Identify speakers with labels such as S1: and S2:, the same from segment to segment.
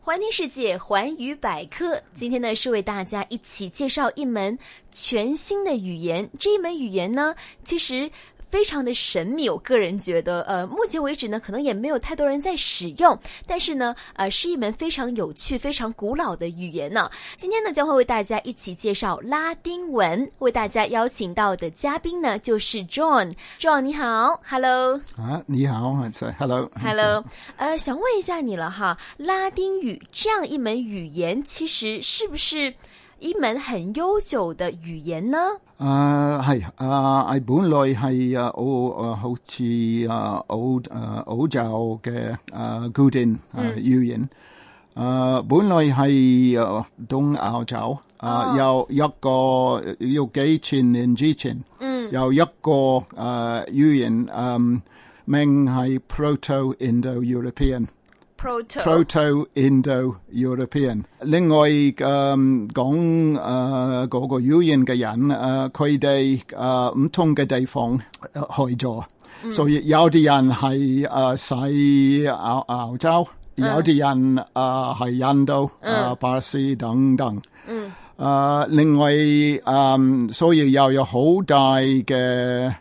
S1: 环听世界，环宇百科。今天呢，是为大家一起介绍一门全新的语言。这一门语言呢，其实非常的神秘。我个人觉得，呃，目前为止呢，可能也没有太多人在使用。但是呢，呃，是一门非常有趣、非常古老的语言呢、今天呢，将会为大家一起介绍拉丁文。为大家邀请到的嘉宾呢，就是 John。John，你好，Hello。
S2: 啊，你好，我是 Hello。
S1: Hello，呃，想问一下你了哈，拉丁语这样一门语言，其实是不是一门很悠久的语言呢？
S2: 啊，係啊，係本來係啊，澳啊，好似啊，澳啊，澳洲嘅啊固定啊語言。啊，本來係啊東澳洲啊，有一個有幾千年之前，嗯，有一個啊語言，嗯，名係 Proto-Indo-European。
S1: Proto
S2: Proto-Indo-European。另 um, 外誒講誒嗰個語言嘅人誒，佢哋誒唔同嘅地方呃去咗，所以有啲人係誒西澳澳洲，有啲人誒係印度、誒巴西等等。嗯。誒，另外誒，所以又有好大嘅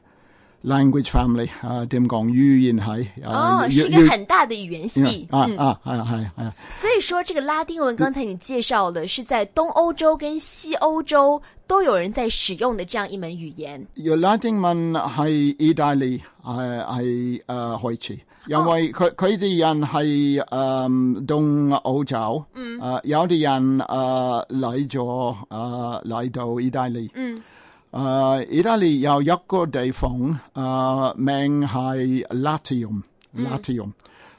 S2: language family uh, 誒點講語言係
S1: 哦，是一
S2: 語
S1: 个很大的语言系。
S2: 啊啊係啊係啊係啊。
S1: 所以说，这个拉丁文刚才你介绍了，是在东欧洲跟西欧洲都有人在使用的这样一门语言。
S2: 要拉丁文係意大利係係誒開始，因為佢佢啲人係誒東歐洲，誒、有啲人誒嚟咗誒嚟到意大利，誒、意大利有一個地方誒、uh, 名係 Latium，Latium，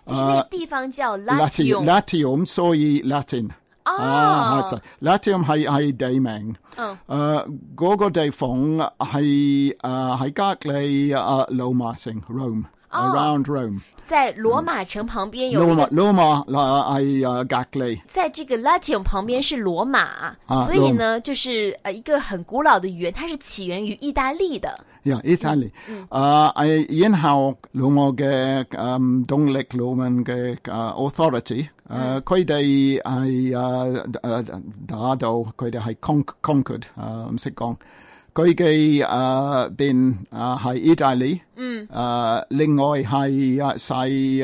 S1: 就是那个地方叫 Latium，
S2: Latium，Latium，所以 Latin。啊，
S1: 哦
S2: 係，Latium Ah, 係係地名。
S1: 嗯，
S2: 誒嗰個地方係誒喺隔離誒羅馬城 Rome。Around Rome，
S1: 在嗯罗马城旁边有
S2: 羅
S1: 一
S2: 馬
S1: 个，
S2: 羅馬係誒隔離，
S1: 在这个 Latium 旁边是罗马，
S2: 啊
S1: 所以呢，就是呃一个很古老的语言，它是起源于意大利的。
S2: 呀，Italy，誒 Uh, 係然後羅馬嘅誒東力羅馬嘅誒 uh, authority，誒 uh, 佢哋係誒誒打到佢哋係 con conquered，誒 um, 唔識講，佢嘅誒變誒係意大利。誒、另外係啊西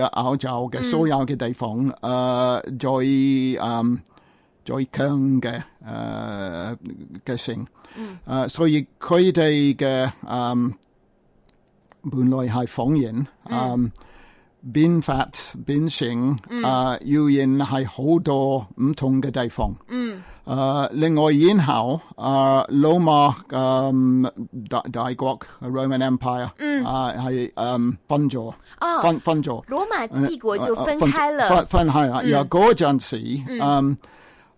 S2: 歐洲嘅所有嘅地方，誒、最誒、嗯最強嘅誒嘅城，誒、所以佢哋嘅誒本來係方言，誒變法變成誒語言係好多唔同嘅地方。誒另外然後誒羅馬誒大大國 Roman Empire，嗯，啊係誒分咗，
S1: 哦
S2: 分分咗，
S1: 罗马帝国就分
S2: 咗
S1: 开了。
S2: 分分開啊！由嗰陣時，誒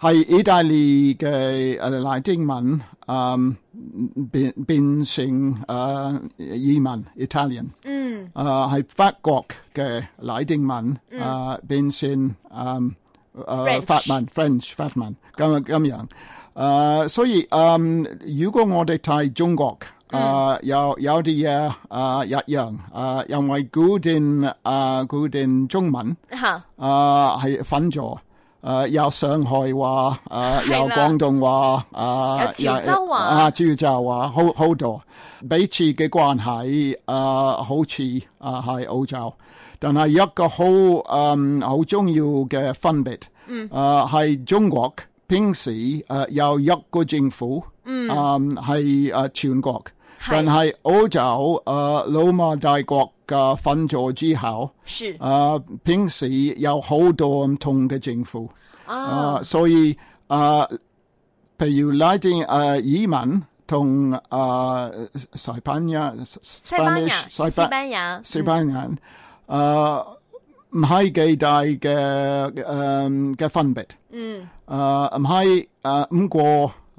S2: 係意大利嘅誒拉丁文誒變變成誒意文 à, Italian，À,
S1: 嗯，
S2: 誒係法國嘅拉丁文誒變成誒。誒
S1: French
S2: 法文 à, French 法文咁咁樣。誒，所以誒，如果我哋睇中國誒，有有啲嘢誒一樣誒，因為古典誒古典中文
S1: 好，
S2: 啊誒係分咗。誒有上海啊話，誒
S1: 係
S2: 有
S1: 啦
S2: 廣東話，誒
S1: 有潮州話
S2: 啊潮州話，好好多彼此嘅關係，誒好似啊係澳洲，但係一個好誒好重要嘅分別，
S1: 嗯
S2: 誒係中國平時誒有一個政府，嗯，係誒全國，
S1: 係
S2: 但係澳洲啊誒羅馬帝國嘅啊分咗之後。
S1: 是
S2: 啊，平時有好多唔同嘅政府，
S1: 啊，
S2: 啊，所以啊，譬如拉丁啊移民同啊西班牙、西
S1: 西班牙、
S2: 西
S1: 西
S2: 班
S1: 班牙，
S2: 西班牙啊，唔係幾大嘅誒嘅分別，
S1: 嗯，
S2: 啊唔係啊唔過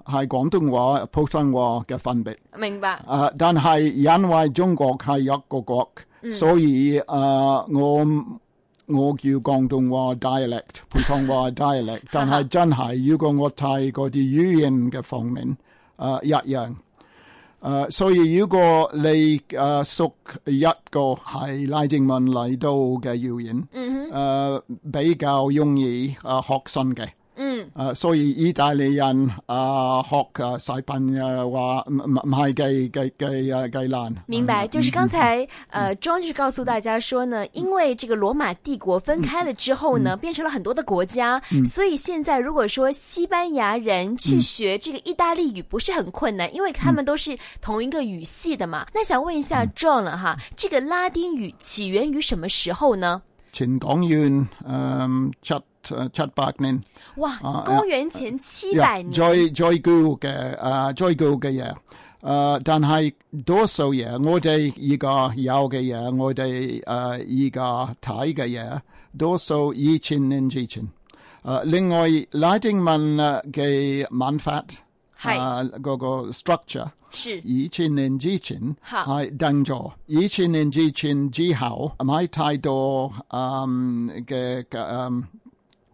S2: 係廣東話、普通話嘅分別。
S1: 明白。
S2: 啊，但係因為中國係一個國，所以啊，我我叫廣東話 dialect，普通話 dialect，但係呃真係如果我睇嗰啲語言嘅方面，啊一樣。誒、呃，所以如果你呃熟一個係拉丁文嚟到嘅語言，
S1: 嗯
S2: 呃比較容易呃學新嘅。
S1: 嗯
S2: 啊，所以意大利人啊學啊西班牙話唔唔唔係嘅嘅嘅啊嗯嘅難。
S1: 明白，就是刚才呃，John 就是告诉大家说
S2: 嗯
S1: 呢，因为这个罗马帝国分开了之后呢，变成了很多的国家，
S2: 嗯
S1: 所以现在如果说西班牙人去学这个意大利语不是很困难，因为
S2: 嗯
S1: 他们都是同一个语系的嘛。那想问一下 John 了哈，这个拉丁语起源于什么时候呢？
S2: 全港元誒七啊七百年，
S1: 哇
S2: 啊，哎
S1: 公元前七百
S2: Yeah，
S1: 年，
S2: 最最高嘅啊最高嘅嘢。誒，但係多數嘢，我哋而家有嘅嘢，我哋誒而家睇嘅嘢，多數以前年之前。誒，另外拉丁文啊嘅文法，
S1: 係
S2: 啊嗰個 structure。
S1: 是
S2: 以前年之前
S1: 嚇
S2: 係定咗，以前年之前之後唔係太多嗯嘅嘅嗯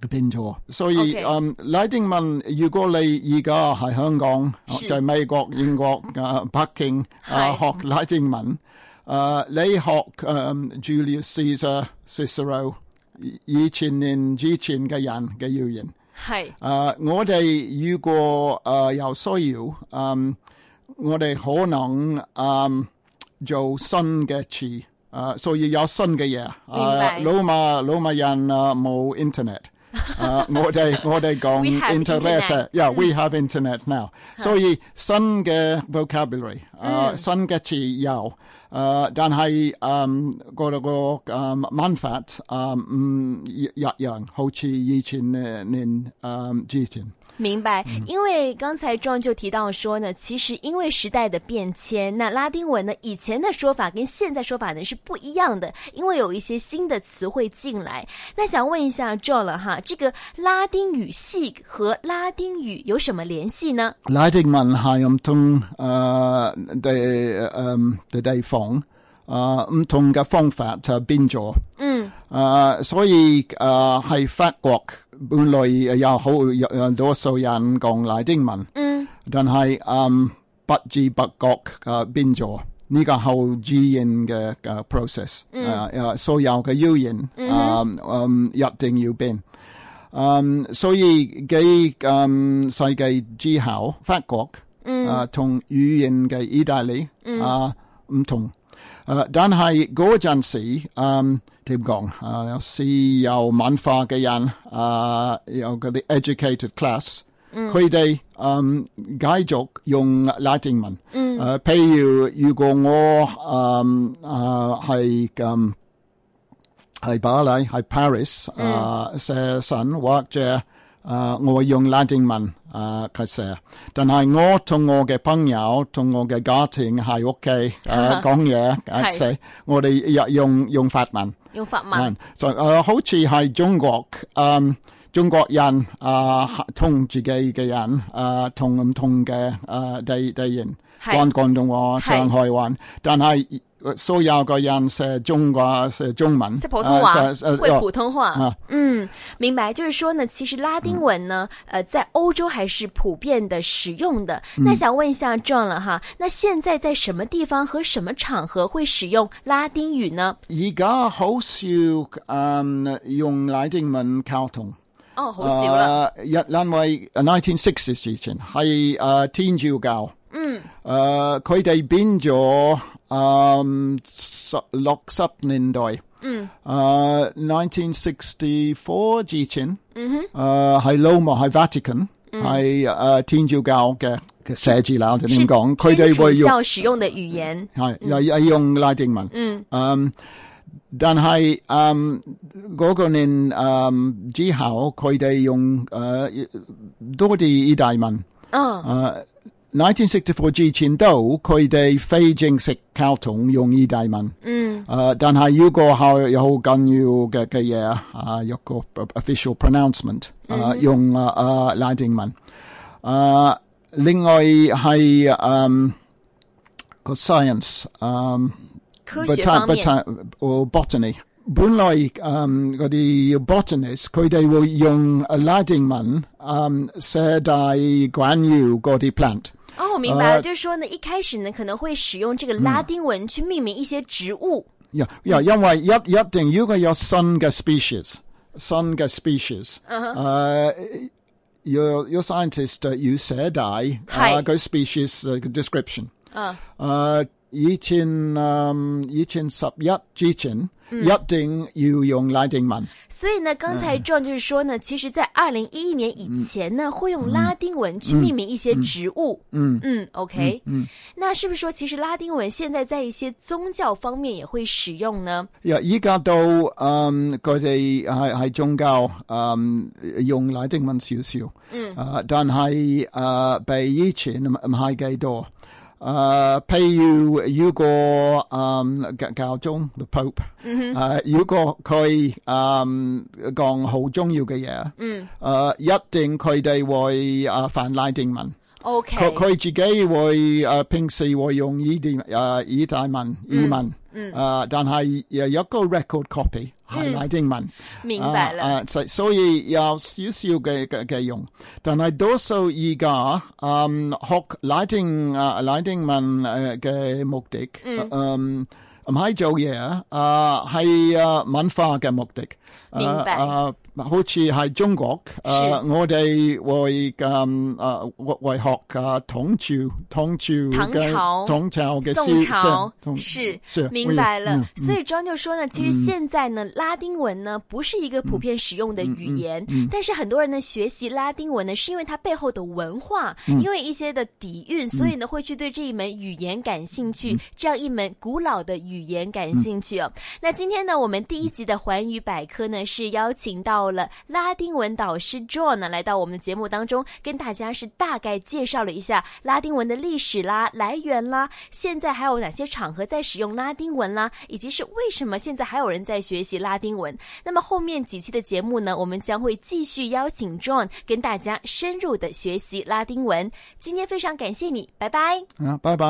S2: 變咗，所以
S1: OK
S2: 嗯拉丁文如果你而家喺香港，
S1: 是
S2: 在美國、英國、啊北京啊
S1: 係
S2: 學拉丁文，誒你學嗯 Julius Caesar、Cicero 以以前年之前嘅人嘅語言。
S1: 系
S2: 啊，我哋如果啊有需要，嗯，我哋可能嗯做新嘅詞，啊，所以有新嘅嘢。
S1: 明
S2: 啊
S1: 白，
S2: 羅馬羅馬人啊冇 internet。啊！我哋我哋講
S1: We have internet Mm.
S2: internet，yeah，we uh, have internet now。所以新嘅 vocabulary，啊，uh,
S1: 嗯
S2: 新嘅詞有，啊，但係嗯嗰個嗯文法啊唔一一樣，好似以前嘅年嗯之前。
S1: 明白，因为刚才 John 就提到说呢，其实因为时代的变迁，那拉丁文呢以前的说法跟现在说法呢是不一样的，因为有一些新的词汇进来。那想问一下 John 了哈，这个拉丁语系和拉丁语有什么联系呢？
S2: 拉丁文係唔同誒嘅誒嘅地方，啊唔同嘅方法就變咗。
S1: 嗯，
S2: 啊，所以啊係法國本來有好有有多數人講拉丁文，
S1: 嗯，
S2: 但係嗯不知不覺啊變咗。呢個後自然嘅嘅 process，啊 Uh, 啊所有嘅語言啊嗯一定要變。嗯，所以幾嗯世紀之後，法國啊同語言嘅意大利啊唔同。啊，但係嗰陣時，嗯點講啊？有時有文化嘅人啊，有嗰啲 educated class，佢哋嗯繼續用拉丁文。
S1: 嗯
S2: 啊譬如如果我嗯啊係咁。係巴黎，係 Paris，啊、à, 寫信或者啊、我用拉丁文啊佢寫，但係我同我嘅朋友同我嘅家庭喺屋企啊講嘢啊
S1: 係
S2: 寫，我哋用用法文。
S1: 用法文，
S2: 就誒呃好似係中國誒中國人啊同自己嘅人啊同唔同嘅誒地地人
S1: 係
S2: 講廣東話、
S1: 係
S2: 上海話，但係呃所有嘅人寫中國寫中文，
S1: 是普通话
S2: 啊，寫
S1: 会
S2: 呃
S1: 普通话
S2: 啊。
S1: 嗯，明白。就是说呢，其实拉丁文呢，呃，在欧洲还是普遍的使用的。
S2: 嗯
S1: 那想问一下 John 了哈，那现在在什么地方和什么场合会使用拉丁语呢？
S2: 而家好少誒用拉丁文溝通。
S1: 哦，好少了。
S2: 呃因因為 nineteen sixties 之前係誒天主教。
S1: 嗯，
S2: 誒佢哋變咗誒十六十年代，
S1: 嗯，
S2: 誒 nineteen sixty four 之前，
S1: 嗯
S2: 誒係羅馬係 Vatican 係誒天主教嘅嘅寫字樓，就點講？佢
S1: 哼，天
S2: 哋
S1: 主
S2: 會用
S1: 教使用的语言。
S2: 係又又用拉丁文，
S1: 嗯
S2: 嗯，但係嗯嗰個年嗯之後，佢哋用誒多啲意大利文。
S1: 嗯，
S2: Uh, 1964之前都佢哋非正式溝通用意大文，
S1: 嗯，
S2: 誒，但係如果係有好緊要嘅嘅嘢啊，有個 à, official pronouncement ờ, 啊，用啊啊拉丁文，啊，另外係嗯個 science 嗯
S1: 科
S2: bota-
S1: 学方面。
S2: uh, bota- 哦 botany 本來嗯嗰啲 botanist 佢哋會用呃拉丁文嗯寫大關於嗰啲 plant。
S1: 哦，我明白了，
S2: 呃嗯
S1: 就是说呢，一开始呢可能会使用这个拉丁文去命名一些植物。
S2: 呀呀，因為一一定如果有新嘅 species，新嘅 species，誒、your your scientist uh, 呃要寫大啊
S1: 係
S2: 個 uh, species 呃個 description，Uh,
S1: 嗯，
S2: 誒以前誒以前十一之前一定要用拉丁文，
S1: 所以呢，刚才 John 就是说呢，其实，在二零一一年以前呢，会用拉丁文去命名一些植物。嗯嗯，OK 嗯。那是不是说，其实拉丁文现在在一些宗教方面也会使用呢？
S2: 呀依家到誒佢哋係係宗教誒、用拉丁文少少，嗯，誒但係誒、比以前唔唔係幾多。誒、譬如如果誒、教教宗 the Pope，誒、如果佢誒、講好重要嘅嘢，嗯，誒、一定佢哋會誒、反拉丁文。
S1: OK，
S2: 佢佢自己會誒平時會用依啲誒依大文依文，誒但係有一個 record copy 係拉丁文，
S1: 明白了。
S2: 啊，啊所所以有少少嘅嘅嘅用，但係多數而家嗯學拉丁啊拉丁文誒嘅目的，嗯唔係做嘢啊，係啊文化嘅目的。
S1: 明白
S2: 啊，啊好似係中國，啊，我哋會嗯啊會會學啊唐朝唐朝
S1: 唐
S2: 嘅
S1: 朝
S2: 唐朝嘅
S1: 宋
S2: 詩
S1: 朝
S2: 詩唐
S1: 是
S2: 是
S1: 明白
S2: 嗯
S1: 了，所以庄就说呢，其实现在呢，拉丁文呢不是一个普遍使用的语言，
S2: 嗯
S1: 但是很多人呢学习拉丁文呢，是因为它背后的文化，
S2: 嗯
S1: 因为一些的底蕴，所以呢会去对这一门语言感兴
S2: 嗯
S1: 趣，这样一门古老的语言感兴趣哦。那今天呢，我们第一集的环宇百科呢是邀请到了拉丁文导师 John 呢来到我们的节目当中，跟大家是大概介绍了一下拉丁文的历史啦、来源啦，现在还有哪些场合在使用拉丁文啦，以及是为什么现在还有人在学习拉丁文。那么后面几期的节目呢，我们将会继续邀请 John 跟大家深入的学习拉丁文。今天非常感谢你，拜拜。
S2: 啊，拜拜。